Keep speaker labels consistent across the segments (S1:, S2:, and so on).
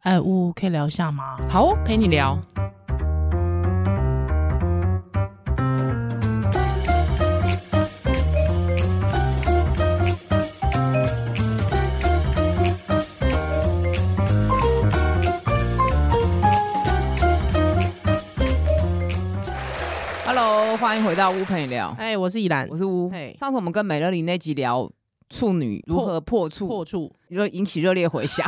S1: 哎，呜，可以聊一下吗？
S2: 好哦，陪你聊。Hello，欢迎回到屋陪你聊，
S1: 哎，我是依兰
S2: 我，是屋
S1: 嘿。
S2: 上次我们跟美乐林那集聊处女如何破处，
S1: 破处，
S2: 就引起热烈回响。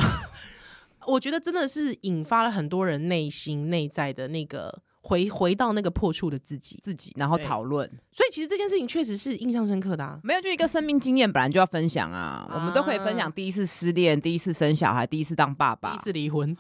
S1: 我觉得真的是引发了很多人内心内在的那个回回到那个破处的自己，
S2: 自己，然后
S1: 对
S2: 讨论。
S1: 所以其实这件事情确实是印象深刻的啊。
S2: 没有，就一个生命经验，本来就要分享啊。我们都可以分享第一次失恋、第一次生小孩、第一次当爸爸，
S1: 离婚，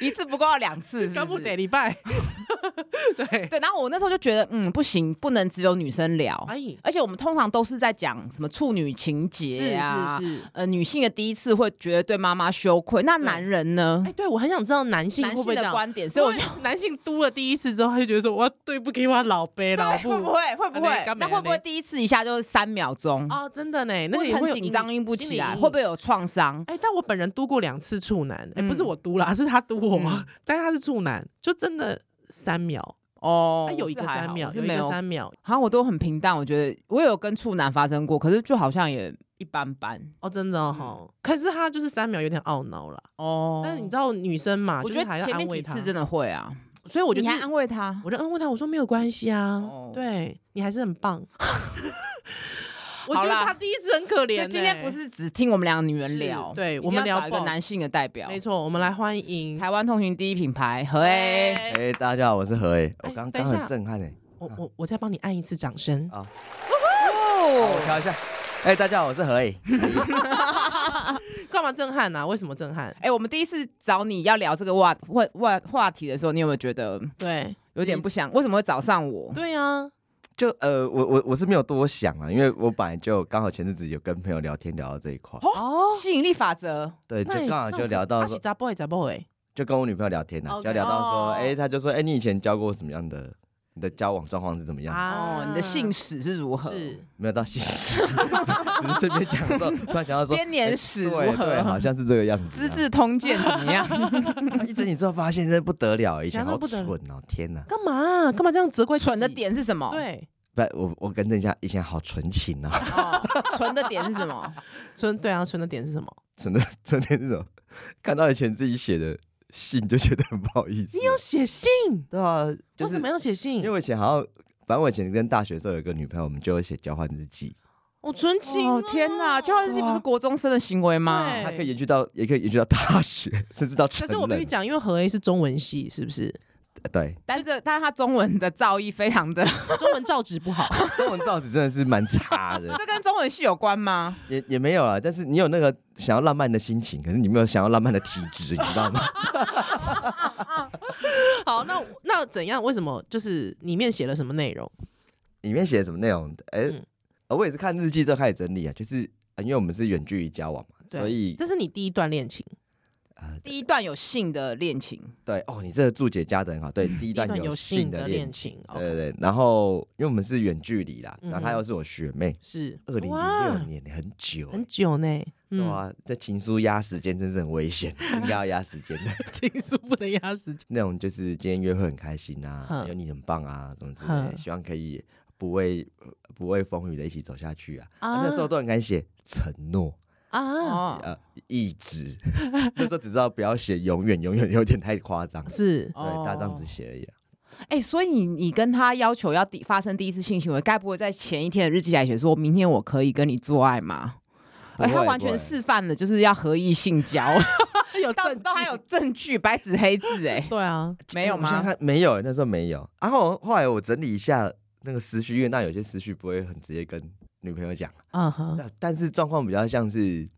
S2: 一次不够要两次，是
S1: 干
S2: 不
S1: 不
S2: 是
S1: 得礼拜， 对，
S2: 对，然后我那时候就觉得，嗯，不行，不能只有女生聊，
S1: 哎，
S2: 而且我们通常都是在讲什么处女情节啊，
S1: 是是是，
S2: 呃，女性的第一次会觉得对妈妈羞愧，那男人呢？
S1: 哎，对我很想知道男性会
S2: 男
S1: 不
S2: 性
S1: 会这
S2: 的
S1: 样，
S2: 观点，所
S1: 所以
S2: 以我
S1: 我
S2: 就。
S1: 就男性嘟了第一次之后，他就觉得说我要对不起我老伯老
S2: 对，
S1: 布，
S2: 会不会会不
S1: 啊
S2: 会
S1: 你干？嘛
S2: 那会不会
S1: 呢
S2: 第一次哦一下就三秒钟？
S1: 啊，真的呢，那
S2: 会
S1: 个也会
S2: 很
S1: 有
S2: 紧
S1: 阴
S2: 张，
S1: 影
S2: 晕不
S1: 心
S2: 起
S1: 理
S2: 来，
S1: 阴
S2: 会
S1: 影
S2: 不会有创伤？
S1: 哎、但我本人嘟过两次处男，哎、
S2: 嗯
S1: 不是我嘟啦，是他嘟我，
S2: 嗯
S1: 但他是处男，就真的三秒，
S2: 哦
S1: 他、啊有一个
S2: 是还好
S1: 三秒，
S2: 是
S1: 有一
S2: 没
S1: 个
S2: 有
S1: 三秒，
S2: 好像我都很平淡，我觉得我有跟处男发生过，可是就好像也一般般
S1: 哦，真的哈、可是他就是三秒有点懊恼啦。
S2: 嗯哦
S1: 但是你知道女生嘛，
S2: 我
S1: 就是
S2: 觉
S1: 还
S2: 得
S1: 要
S2: 前
S1: 安
S2: 面
S1: 慰
S2: 几
S1: 他，
S2: 次真的会啊，
S1: 所以我就
S2: 你
S1: 是
S2: 还安慰他，
S1: 我就安慰他，我说没有关系啊，
S2: 哦
S1: 对你还是很棒。 我觉
S2: 好
S1: 得
S2: 啦
S1: 他第一次很可怜、
S2: 所以今天
S1: 哎
S2: 不。是只听我们两个女人
S1: 是
S2: 聊，
S1: 对
S2: 一定
S1: 我们
S2: 要
S1: 聊
S2: 找一个
S1: 爆
S2: 男性的代表，
S1: 没错，我们来欢迎
S2: 台湾通勤第一品牌和 A，
S1: 哎
S3: 哎、大家好，我是何诶，
S1: 哎
S3: 我刚
S1: 等一
S3: 刚
S1: 下
S3: 很震撼哎、
S1: 我我我再帮你按一次掌声。
S2: 哦
S3: 啊，
S1: 哦
S3: 好我调一下，哎、大家好，我是何诶，
S1: 干嘛震撼啊？为什么震撼？
S2: 哎、我们第一次找你要聊这个话话话话题的时候，你有没有觉得
S1: 对
S2: 有点不想？为什么会找上我？
S1: 对啊，
S3: 就呃，我我我是没有多想啊，因为我本来就刚好前阵子有跟朋友聊天聊到这一块，
S1: 哦，
S2: 吸引力法则，
S3: 对，就
S1: 那也
S3: 刚好
S1: 那
S3: 就
S1: 我
S3: 聊
S1: 啊
S3: 到
S1: 是
S3: 说，
S1: 杂 boy 杂 boy，
S3: 就跟我女朋友聊天啊，
S1: OK，
S3: 就聊到说，
S1: 哦
S3: 哎、她就说，哎、你以前交过什么样的，你的交往状况是怎么样的？
S1: 啊
S2: 哦，你的姓史是如何？
S1: 是
S3: 没有到现实， 只是随便 讲的时候，突然想到说，
S2: 编
S1: 哎
S2: 年史如
S3: 对对，好
S2: 何？
S3: 像是这个样子、啊。
S2: 资治通鉴怎么样？
S3: 一整理之后发现真的不得了，以前
S1: 想到
S3: 好
S1: 不得
S3: 蠢哦、天哪！
S1: 干嘛干嘛这样责怪自己
S2: 蠢的？点是什么？
S1: 对，
S3: 不，我我更正一下，以前好纯情啊。
S2: 哦，纯的点是什么？
S1: 蠢对啊，蠢的点是什么？
S3: 真的 真的那种看到以前自己写的信就觉得很不好意思。
S1: 你有写信？
S3: 对啊，就
S1: 为
S3: 是
S1: 什么要写信
S3: 因为？我以前好像，反正我以前跟大学的时候有一个女朋友，我们就有写交换日记，
S1: 我纯情哦
S2: 哦天哪，交换日记不是国中生的行为吗？
S1: 对
S3: 它可以延续到，也可以延续到大学，甚至到成
S1: 哎 可是
S3: 人。
S1: 我跟你讲，因为何 A 是中文系，是不是？
S3: 呃对，
S2: 但是但是他中文的造诣非常的，
S1: 中文造纸不好，
S3: 中文造纸真的是蛮差的，
S2: 这跟中文系有关吗？
S3: 也也没有啊。但是你有那个想要浪漫的心情，可是你没有想要浪漫的体 质，你知道吗？
S1: 好，那我那怎样？为什么？就是里面写了什么内容？
S3: 里面写的什么内容？哎、
S1: 嗯
S3: 呃我也是看日记之后开始整理啊，就是、呃因为我们是远距离交往嘛，
S1: 对
S3: 所以
S1: 这是你第一段恋情，
S3: 呃
S2: 第一段有性的恋情，
S3: 对哦，你这个注解加的很好。对，第
S1: 第
S3: 一段
S1: 嗯有
S3: 性
S1: 的
S3: 恋
S1: 恋，情，哦，
S3: 对对对。然后因为我们是远距离啦，
S1: 嗯
S3: 然后她又是我学妹，
S1: 是
S3: 二零零
S1: 哇
S3: 六年很久欸，
S1: 很久呢。
S3: 对
S1: 嗯，
S3: 啊，这情书压时间真是很危险，应该要压时间的
S1: 情书嗯不能压时间。
S3: 那种，就是今天约会很开心啊，
S1: 哼
S3: 有你很棒啊，什么之类的，
S1: 哼
S3: 希望可以不畏不畏风雨的一起走下去啊。
S1: 啊
S3: 那时候都很敢写承诺。
S1: 啊，
S2: 哦
S3: 呃，一直 那时候只知道不要写永远，永远有点太夸张了，
S1: 是
S3: 对，大家这样
S2: 哦
S3: 子写而已啊、
S2: 哎、所以你你跟他要求要第发生第一次性行为，该不会在前一天的日记来写说明天我可以跟你做爱吗？
S3: 不
S2: 哎，他
S3: 会
S2: 完
S3: 不
S2: 全
S3: 会
S2: 示范了，就是要合意性交，
S1: 有
S2: 到
S1: 证
S2: 到还
S1: 据。
S2: 有证据，白纸黑字、哎，
S1: 对啊，
S2: 没有
S3: 我想
S2: 吗？
S3: 看没有，那时候没有。然后后来我整理一下那个思绪，因为那有些思绪不会很直接跟女朋友讲。
S1: 嗯哼，
S3: 那但是状况比较像是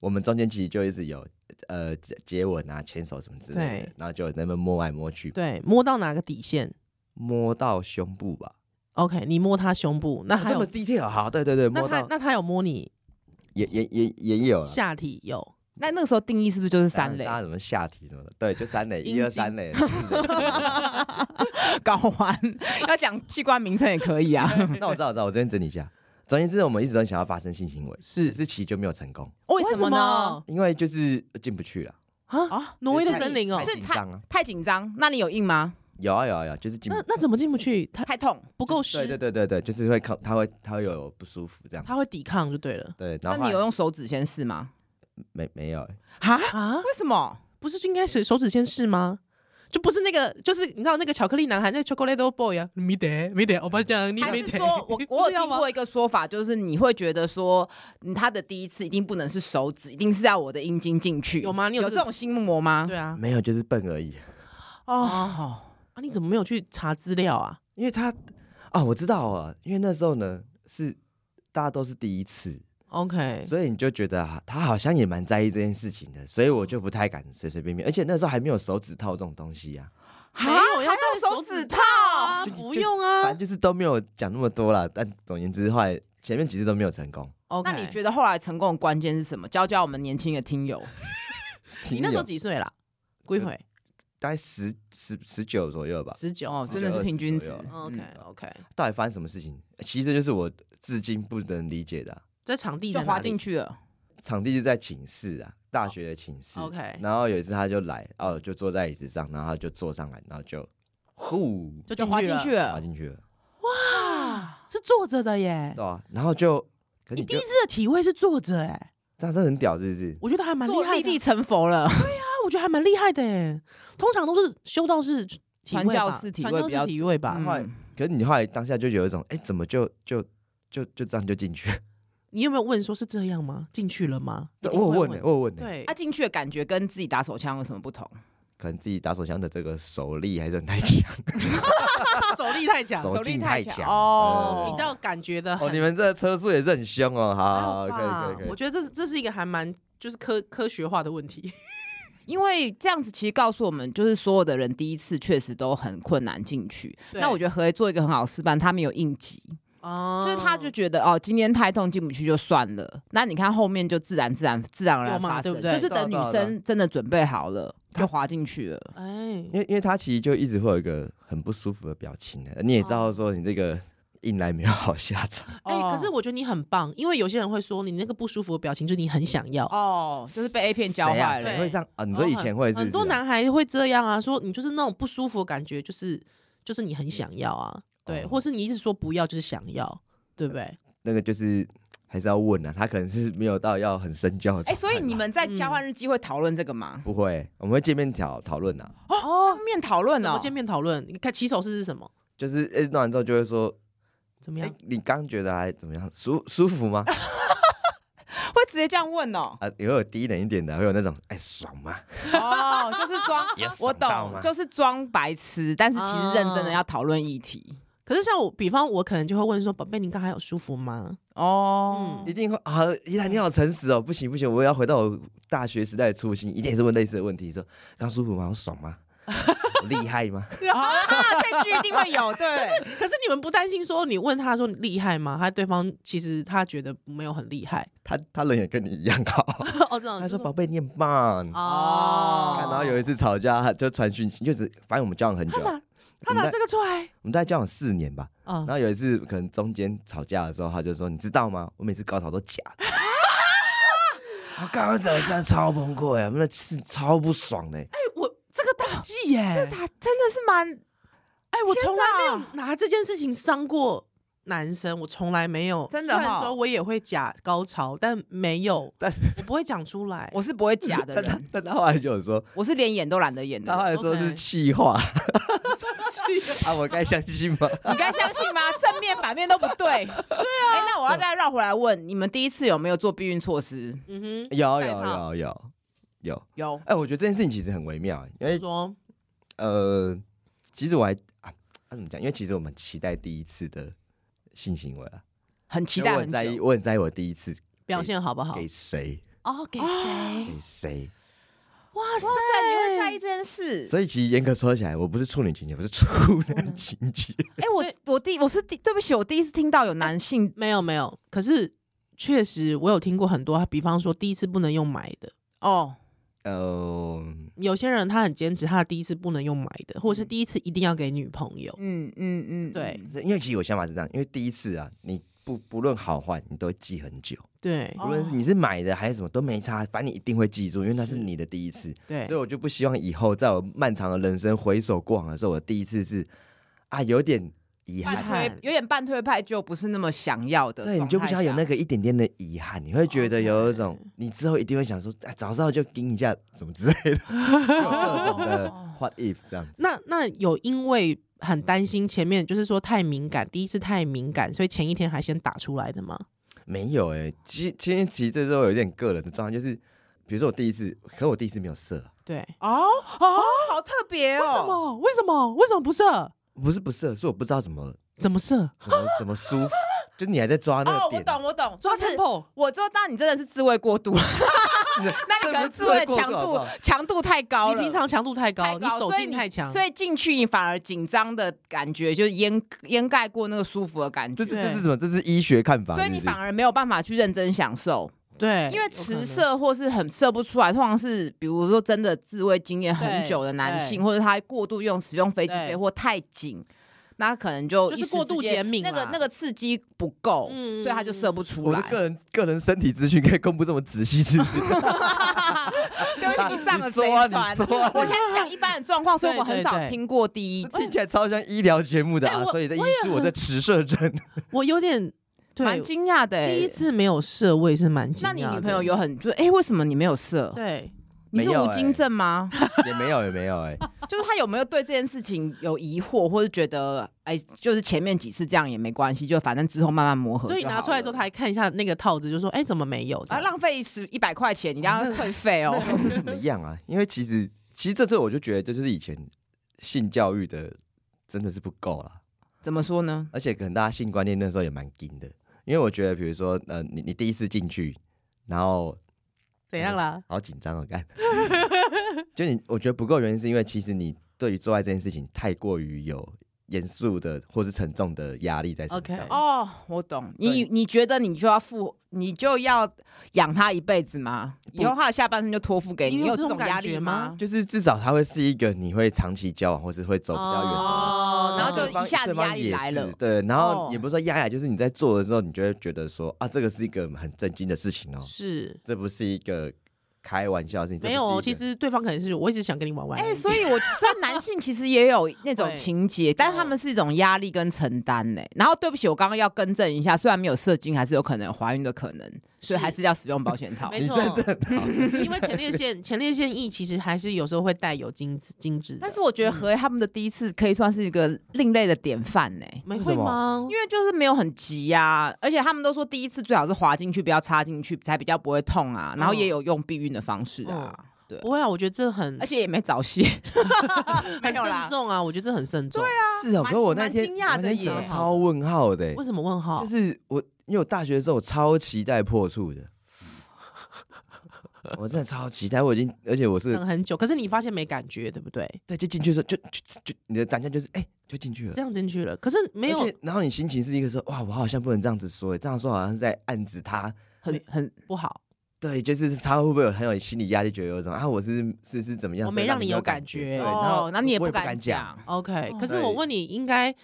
S3: 我们中间其实就一直有呃接吻啊、牵手什么之类的
S1: 对，
S3: 然后就有在那边摸来摸去，
S1: 对，摸到哪个底线
S3: 摸到胸部吧，
S1: ？OK，你摸他胸部，那
S3: 哦
S1: 啊还
S3: 这
S1: 有
S3: 么，低调好，对对对，
S1: 那
S3: 摸
S1: 他
S3: 到
S1: 那他有摸你
S3: 也也也也有了。
S1: 下体有？
S2: 那那个时候定义是不是就是三类
S3: 大家什么下体什么的，对，就三 类，
S1: 阴
S3: 一二
S1: 茎
S3: 三类，四类
S2: 睾丸？要讲器官名称也 可以啊。
S3: 那我知道，我知道，我这边整理一下。总而言之，我们一直都很想要发生性行为，
S1: 是
S3: 只是其实就没有成功，
S2: 为什么呢？
S3: 因为就是进不去了。
S1: 啊？
S2: 啊，
S1: 挪威的
S3: 太
S1: 森林哦
S3: 太，
S2: 是
S3: 紧张啊，
S2: 太紧张。那你有印吗？
S3: 有啊有啊有啊，就是进
S1: 那那怎么进不去？它
S2: 太痛。
S1: 不够
S3: 对对
S1: 湿，
S3: 对对对，就是会靠，它会它会有不舒服这样。
S1: 它会抵抗就对了
S3: 对，然
S2: 那
S3: 后
S2: 你
S3: 后
S2: 有
S3: 来
S2: 用手指先试吗？
S3: 没没有欸？
S2: 啊？
S1: 啊！
S2: 为什么？
S1: 不是就应该手手指先试吗？就不是那个，就是你知道那个巧克力男孩，那个 Chocolate Boy 啊，没得没得，欧巴酱，你
S2: 还
S1: 没
S2: 是
S1: 得。
S2: 说我我有听
S1: 吗
S2: 过一个说法，就是你会觉得说，嗯他的第一次一定不能是手指，一定是要我的阴茎进去。
S1: 有吗你有
S2: 有
S1: 这
S2: 这
S1: 个
S2: 种心魔吗？
S1: 对啊，
S3: 没有，就是笨而已。
S1: 哦，
S2: 哦，
S1: 啊你怎么没有去查资料啊？
S3: 因为他啊，我知道啊，因为那时候呢是大家都是第一次，
S1: OK，
S3: 所以你就觉得啊，他好像也蛮在意这件事情的，所以我就不太敢随随便便，而且那时候还没有手指套这种东西啊，
S1: 没有要戴
S2: 手
S1: 指
S2: 指
S1: 套
S2: 套
S1: 啊，
S3: 就就
S1: 不用
S3: 反
S1: 啊
S3: 正。就是都没有讲那么多啦。但总而言之，后来前面几次都没有成功。
S1: OK，
S2: 那你觉得后来成功的关键是什么？教教我们年轻的听友。
S1: 你
S3: 你
S1: 那时候几岁啦？归回
S3: 呃大概十十十九左右吧？
S1: 十九
S2: 哦，真的
S3: 19
S2: 是平均值
S3: 左右。
S1: OK
S2: 嗯
S1: OK，
S3: 到底发生什么事情？其实这就是我至今不能理解的啊、
S1: 在场地
S2: 就
S1: 在哪
S2: 滑
S1: 里
S2: 进去了。
S3: 场地是在寝室啊，大学的寝室。
S1: 哦 OK
S3: 然后有一次他就来，哦，就坐在椅子上，然后他就坐上来，然后就呼
S1: 就
S2: 就滑进
S1: 了
S2: 去
S3: 滑
S2: 了，
S3: 进去了，
S1: 啊，是坐着的耶
S3: 对。啊，然后就，可是
S1: 你
S3: 你
S1: 第
S3: 就
S1: 一次的体位是坐着哎，
S3: 这样真的很屌，是不是？
S1: 我觉得还蛮厉
S2: 做
S1: 害
S2: 立
S1: 的
S2: 地。成佛了。
S1: 啊我觉得还蛮厉害的耶。通常都是修道士体位吧、
S2: 传教士体位
S1: 传教
S2: 比较
S1: 士体位吧。
S3: 后来
S2: 嗯
S3: 可是你后来当下就有一种，哎，怎么就就就就这样就进去？
S1: 你有没有问说是这样吗？进去了吗？
S3: 对，
S1: 一定
S3: 我
S1: 会
S3: 有问欸呢、我有问呢、
S1: 对
S2: 他，进去的感觉跟自己打手枪有什么不同？
S3: 可能自己打手枪的这个手力还是很太强，
S1: 手力太强
S2: 手力
S3: 劲
S2: 太
S3: 太
S2: 强
S3: 强
S2: 哦
S3: 对
S1: 你知道感觉的
S3: 哦，
S1: 很。
S3: 你们这车速也是很凶哦，好
S1: 还
S3: 好，
S1: 好
S3: 好
S1: 吧
S3: 可以可以可
S1: 我
S3: 以。
S1: 觉得这是这是一个还蛮就是科科学化的问题。
S2: 因为这样子其实告诉我们，就是所有的人第一次确实都很困难进去。
S1: 对
S2: 那我觉得何以做一个很好的示范，他没有应急，
S1: 哦
S2: 就是他就觉得哦，今天太痛进不去就算了。那你看后面就自然自然自然而
S1: 有
S2: 然
S1: 嘛
S2: 发生，
S1: 对不对
S2: 就是等女
S3: 对啊对啊对
S2: 生真的准备好了，就滑进去了。
S1: 哎
S3: 因为因为他其实就一直会有一个很不舒服的表情的，你也知道说你这个硬来没有好下 场。
S1: 哎，
S2: 哦
S1: 可是我觉得你很棒，因为有些人会说你那个不舒服的表情，就是你很想要。
S2: 哦，就是被 A 片教
S3: 谁啊
S2: 坏
S1: 对
S2: 了。
S3: 谁会这样啊？你
S1: 你
S3: 说以前会
S2: 哦
S3: 是不是啊
S1: 很多男孩会这样啊，说你就是那种不舒服的感觉，就是就是你很想要啊，对，
S3: 哦呃
S1: 或是你一直说不要，就是想要，对不对？
S3: 那个就是还是要问啊，他可能是没有到要很深交的
S2: 哎，
S3: 状态吧。
S2: 所以你们在交换日记会讨论这个吗？
S3: 不会，我们会见面讨讨论啊，
S1: 哦，
S2: 当面讨论
S1: 怎
S2: 哦
S1: 么，见面讨论？你看起手式是什么？
S3: 就是哎弄完之后就会说，
S1: 怎么
S3: 哎
S1: 样？
S3: 你刚觉得还怎么样？舒舒服吗？
S2: 会直接这样问哦。
S3: 啊，也会有低冷一点的，会有那种哎爽吗？
S2: 哦，就是装
S3: 也，
S2: 我
S3: 爽到吗
S2: 懂，就是装白痴，但是其实认真的要讨论议题。
S1: 可是像我，比方我可能就会问说：“宝贝，你刚才有舒服吗
S2: 哦，
S1: 嗯
S3: 一定会啊！依然你好诚实哦，不行不行，我要回到我大学时代的初心，一定也是问类似的问题，说刚舒服吗？我爽吗？我厉害吗？
S2: 啊，这句一定会有，对，？”
S1: 可是你们不担心说你问他说你厉害吗？他对方其实他觉得没有很厉害。
S3: 他他人也跟你一样好，
S1: 哦，这种
S3: 他说宝贝你很棒。
S1: 哦，
S3: 然后有一次吵架，他就传讯息，就只反正我们交往很久，
S1: 他拿
S3: 我
S1: 他
S3: 们
S1: 拿
S3: 在
S1: 这个出来，
S3: 我们大概交往四年吧。
S1: 嗯
S3: 然，后有一次可能中间吵架的时候，他就说：“你知道吗？我每次高潮都假的。”我刚刚整个真的超崩溃啊，那是超不爽的、
S1: 哎，我这个大忌耶，
S2: 他真的是蛮
S1: 哎，我从来没有
S2: 天
S1: 拿这件事情伤过男生，我从来没有。
S2: 真的
S1: 虽然
S2: 哈
S1: 说我也会假高潮，但没有，
S3: 但
S1: 我不会讲出来。
S2: 我是不会假的
S3: 但他
S2: 人，
S3: 但他后来就有说，
S2: 我是连演都懒得演
S3: 他后
S2: 的。
S3: 来说
S1: OK
S3: 是气话
S1: 气
S3: 啊，我该相信 吗？
S2: 你该相信吗？ 正面反面都不对。对啊，哎，那我要再绕回来问，你们第一次有没有做避孕措施？
S1: 嗯哼，
S3: 有
S1: 害
S3: 有
S1: 怕
S3: 有有有，
S2: 有
S3: 哎、我觉得这件事情其实很微妙、欸
S1: 我
S3: 因为
S1: 说
S3: 呃，其实我还啊，那、怎么讲？因为其实我们期待第一次的性行为啊，
S2: 很期
S3: 因为
S2: 待
S3: 我
S2: 很
S3: 很在意，
S2: 久。
S3: 我很在意我第一次
S1: 表现好不好
S3: 给？谁
S1: 哦，给谁？
S3: 给谁，
S1: 哇塞，
S2: 啊哇塞，你会在意这件
S1: 呃
S2: 事？
S3: 所以其实严格说起来，我不是处女情节，我是处男情节。
S2: 哎，我我第我是第，对不起，我第一次听到有男性
S1: 没有没有，可是确实我有听过很多，比方说第一次不能用买的。
S2: 哦，
S3: 呃，
S1: 有些人他很坚持，他的第一次不能用买的，或者
S2: 嗯
S1: 是第一次一定要给女朋友。
S2: 嗯嗯嗯，
S1: 对
S2: 嗯
S3: 因为其实我想法是这样，因为第一次啊，你不不论好坏，你都会记很久。
S1: 对
S3: 无论是
S2: 哦
S3: 你是买的还是什么都没差，反正你一定会记住，因为那是
S1: 是
S3: 你的第一次。
S1: 对
S3: 所以我就不希望以后在我漫长的人生回首过往的时候，我的第一次是啊有点遗
S2: 半
S3: 憾，
S2: 推有点半推派，就不是那么想要的。
S3: 对，你就不想要有那
S2: 个。
S3: 个一点点的遗憾，你会觉得有一
S2: 哦
S3: 种你之后一定会想说，啊、早知道就盯一下什么之类的，就有各种的
S2: 哦
S3: what if 这样子。
S1: 那那有因为很担心前面就是说太敏感，第一次太敏感，所以前一天还先打出来的吗？
S3: 没有哎、其实其实其实这时候有一点个人的状态，就是比如说我第一次，可是我第一次没有射，
S1: 对，
S2: 哦哦，好特别哦！
S1: 为什？么？为什么？为什么不射？
S3: 不是不射，是我不知道怎么
S1: 怎么射？
S3: 怎么怎么舒服，就你还在抓那
S2: 哦
S3: 个，
S2: 我
S3: 点。
S2: 懂，我懂，
S1: 抓
S2: 就是
S1: tempo
S2: 我知道，但你真的是自慰过度， 那你可能自慰强度强度太高
S1: 你
S2: 了。
S1: 平常强度太高，
S2: 太
S1: 你手
S2: 所以
S1: 劲太强，
S2: 所以进去你反而紧张的感觉就是掩掩盖过那个舒服的感
S3: 这
S2: 觉
S3: 是，
S1: 对
S3: 这是什么？这是医学看法。
S2: 所以
S3: 是
S2: 你
S3: 不是
S2: 反而没有办法去认真享受，
S1: 对，
S2: 因
S1: 有
S2: 为
S1: 可
S2: 迟
S1: 能
S2: 射或是很射不出来，通常是比如说真的自慰经验很久的男性，或者他过度用使用飞机杯
S1: 对
S2: 或太紧，那可能就
S1: 就是
S2: 一时
S1: 过度
S2: 之间
S1: 减敏
S2: 那个
S1: 啦
S2: 那个刺激不够，
S1: 嗯
S2: 所以他就射不出
S3: 我
S2: 来
S3: 们。个人个人身体资讯可以公布这么仔细，是不是？
S2: 对不起，你上了
S3: 你
S2: 贼
S3: 说啊
S2: 船
S3: 你说啊。
S2: 我现在讲一般的状况，所以我
S1: 对
S2: 很
S1: 对
S2: 少
S1: 对哦
S2: 听过第一
S3: 这听起来超像医疗节目的
S1: 哎
S3: 啊！
S1: 我
S3: 所以这医师我在持射症，
S1: 我有点
S2: 蛮
S1: 对，
S2: 惊讶的、欸。
S1: 第一，次没有射，我也是蛮惊
S2: 那
S1: 讶的。
S2: 你女朋友有很就哎、为什么你没有射？
S1: 对
S2: 你是
S3: 没有
S2: 无精
S3: 欸
S2: 症吗？
S3: 也没有也没有哎，
S2: 就是他有没有对这件事情有疑惑，或是觉得哎、就是前面几次这样也没关系，就反正之后慢慢磨合。
S1: 所以拿出来之后，他还看一下那个套子，就说：“哎、怎么没有？”这
S2: 啊，
S1: 样
S2: 浪费十一百块钱，你让他退费 哦。
S3: 那是怎么样啊？因为其实其实这次我就觉得，这就是以前性教育的真的是不够了，
S2: 怎么 说呢？
S3: 而且可能大家性观念那时候也蛮硬的，因为我觉得比如说呃，你你第一次进去，然后
S1: 怎样啦？
S3: 好紧张哦，干。 就你，我觉得不够原因是因为其实你对于做爱这件事情太过于有严肃的或是沉重的压力在身上。
S1: OK
S2: 哦，我懂。你你觉得你就要付，你就要养他一辈子吗？以后他的下半身就托付给你，
S1: 你
S2: 你
S1: 有
S2: 有
S1: 这
S2: 这
S1: 种
S2: 种压
S1: 感
S2: 力
S1: 觉
S2: 吗
S1: 吗？
S3: 就是至少它会是一个你会长期交往或是会走比较远的路。
S2: 哦然后就
S3: 对方
S2: 一下子
S3: 对方
S2: 压力
S3: 也
S2: 来
S3: 是
S2: 了
S3: 对，然后
S2: 哦
S3: 也不是说压力，就是你在做的时候，你就会觉得说啊，这个是一个很震惊的事情哦，
S1: 是
S3: 这不是一个开玩笑的事情，这不
S1: 没有
S3: 是一
S1: 哦。
S3: 个
S1: 其实对方可能是我一直想跟你玩玩。
S2: 哎、所以我虽然男性其实也有那种
S1: 会
S2: 情节，但是他们是一种压力跟承担呢、然后对不起，我刚刚要更正一下，虽然没有射精，还是有可能有怀孕的可能，所
S1: 是
S2: 以还是要使用保险套。
S1: 没
S3: 你
S1: 错， 因为前列腺前列腺液其实还是有时候会带有精子精子的，
S2: 但是我觉得何他们的第一次可以算是一个另类的典范呢、
S1: 没
S3: 为
S1: 会
S3: 什么
S1: 吗
S2: 因？为就是没有很急呀、而且他们都说第一次最好是滑进去，不要插进去，才比较不会痛啊。然后也有用避孕的方式啊，对，
S1: 不会啊，我觉得这很
S2: 而且也没早 泄，
S1: 很慎重啊，我觉得这很慎重。对啊，
S3: 是哦，
S2: 蛮
S3: 可我那
S2: 蛮
S3: 天
S2: 惊讶
S3: 我
S2: 的
S3: 那天整个
S1: 耶
S3: 超问号的耶，欸
S1: 为什么问号？
S3: 就是我，因为我大学的时候，我超期待破处的，我真的超期待。我已经，而且我是
S1: 等很久，可是你发现没感觉，对不对？
S3: 对，就进去的时候，就就就你的胆量就是，哎、就进去了
S1: 这。样进去了，可是没
S3: 而
S1: 有
S3: 且，然后你心情是一个说，哇，我好像不能这样子说，哎这样说好像是在暗指他，
S2: 很很
S1: 不好，
S3: 对，就是他会不会有很有心理压力，觉得有什么啊，我是是是怎么样，
S1: 我
S3: 所以
S1: 没让你
S3: 有
S1: 有感觉
S3: 觉，对，
S2: 哦
S3: 然后
S2: 那你也
S3: 我
S2: 不
S3: 也不
S2: 敢
S3: 敢
S2: 讲
S3: 讲，
S1: OK，
S2: 哦
S1: 可是我
S3: 对
S1: 问你，应该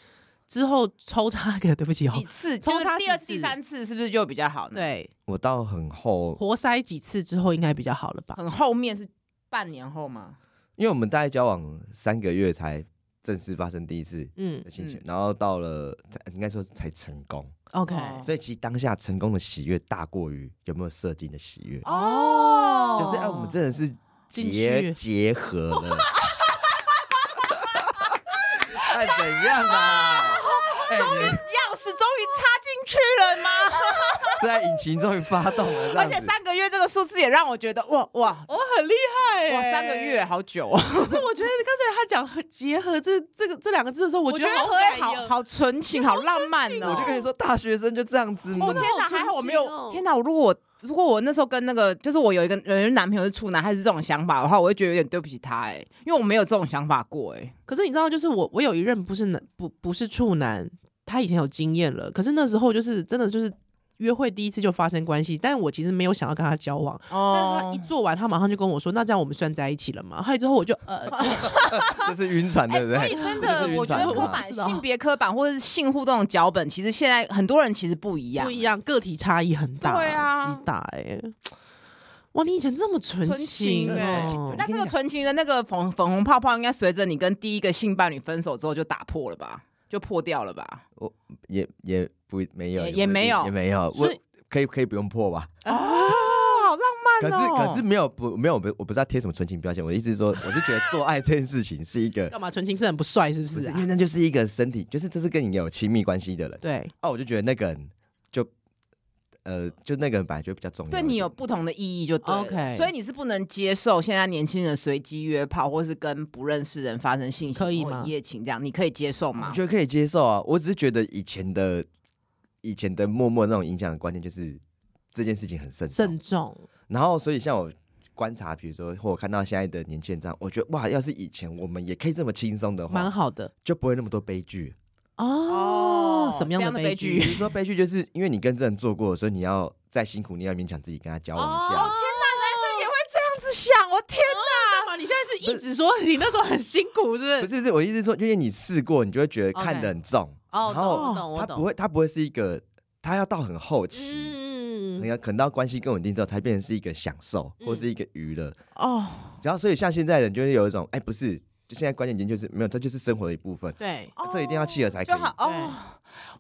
S1: 之后抽插个，对不起哦
S2: 几，次，
S1: 抽
S2: 就是
S1: 插
S2: 第
S1: 几
S2: 二、第
S1: 次
S2: 三次是不是就比较好呢？
S1: 对，
S3: 我到很后，
S1: 活塞几次之后应该比较好了吧？
S2: 很后面是半年后吗？
S3: 因为我们大概交往三个月才正式发生第一次
S1: 嗯
S3: 的性行为，
S2: 嗯
S3: 然后到了才应该说才成功，
S1: ，OK，
S2: 哦
S3: 所以其实当下成功的喜悦大过于有没有射精的喜悦，
S2: 哦
S3: 就是哎、我们真的是
S1: 进
S3: 结
S1: 去
S3: 结合了，那哎怎样啊？哎、你们
S2: 钥匙终于插进去了吗？
S3: 这在引擎终于发动了，这
S2: 而
S3: 样
S2: 且
S3: 子。
S2: 三个月这个数字也让我觉得哇哇
S1: 我很厉害
S2: 哇，三个月。好久哦。
S1: 可 是我觉得刚才他讲和结合这这个这两个字的时候，我
S2: 我
S1: 觉
S2: 觉
S1: 得
S2: 得
S1: 好
S2: 何
S1: 感
S2: 以
S1: 人
S2: 好好纯情，好浪漫哦。
S3: 我就跟你说，大学生就这样子，
S2: 哦，天哪，
S1: 好纯
S2: 还好我没
S1: 情
S2: 有。
S1: 哦
S2: 天哪，如果我如果我那时候跟那个，就是我有一个人男朋友是处男，还是这种想法的话，我会觉得有点对不起他哎，因为我没有这种想法过哎。
S1: 可是你知道，就是我我有一任不是男不不是处男，他以前有经验了，可是那时候就是真的就是约会第一次就发生关系，但我其实没有想要跟他交往。但是他
S2: 哦
S1: 一，做完，他马上就跟我说：“那这样我们算在一起了吗？”害之后我就呃，
S3: 这是晕船，对不
S2: 啊哎所以
S3: 对？
S2: 真
S3: 这
S2: 的
S3: 就是，晕
S2: 我觉
S3: 船
S2: 得
S3: 嘛
S2: 刻板
S1: 知道
S2: 性别刻板或者是性互动的脚本，其实现在很多人其实不一样
S1: 不，一样，个体差异很大，
S2: 对啊
S1: 极大哎、哇，你以前这么纯
S2: 纯情哎
S1: 哦、
S2: 那这个纯情的那个粉粉红泡泡，应该随着你跟第一个性伴侣分手之后就打破了吧？就破掉了吧？
S3: 也也不没有，
S2: 也
S3: 不
S2: 也
S3: 一
S2: 没
S3: 定
S2: 有
S3: 也没有。我
S1: 所以
S3: 可以可以不用破吧？
S2: 哦，好
S3: 可
S2: 浪
S3: 是可是没有不没有不我不知道贴什么纯情标签，我的意思是说，我是觉得做爱这件事情是一个
S1: 干嘛？纯情是很不帅，是不
S3: 不
S1: 是
S3: 是，
S1: 啊？
S3: 因为那就是一个身体，就是这是跟你有亲密关系的人。
S1: 对，
S3: 哦，我就觉得那个人就呃，就那个人本来就比较重要一
S2: 对
S3: 点。
S2: 你有不同的意义就对了
S1: OK
S2: 所以你是不能接受现在年轻人随机约炮，或是跟不认识人发生性行
S1: 可以
S2: 为或
S1: 吗
S2: 一夜情这样，你可以接受吗
S3: 我？觉得可以接受啊。我只是觉得以前的以前的默默那种影响的观念就是这件事情很慎重，
S1: 慎重，
S3: 然后所以像我。观察，比如说，或我看到现在的年轻人这样，我觉得哇，要是以前我们也可以这么轻松的
S1: 蛮
S3: 话，
S1: 好的
S3: 就不会那么多悲剧。
S1: 哦
S2: 哦。
S1: 什么
S2: 这
S1: 样
S2: 样的
S1: 悲
S2: 悲
S1: 剧
S3: 比？如说悲剧，就是因为你跟这人做过，所以你要再辛苦，你要勉强自己跟他交往一下。
S2: 哦天哪，男生也会这样子想，我天
S1: 干嘛？你现在是一直说你那时候很辛苦，是不
S3: 不
S1: 是？
S3: 是，是我意思是说，因为你试过，你就会觉得看得很重。
S1: 哦，
S3: 然
S1: 懂
S3: 后
S1: 我懂我
S3: 他不
S1: 懂。
S3: 会，他不会是一个，他要到很后期，
S1: 嗯
S3: 你看、可能到关系更稳定之后，才变成是一个享受
S1: 嗯
S3: 或是一个娱乐。
S2: 哦
S3: 然后，所以像现在人就会有一种，哎，不是，就现在观念已经就是没有，这就是生活的一部分，
S1: 对，
S3: 这一定要契合才可
S2: 哦就
S3: 以。
S2: 好
S1: 对
S2: 哦。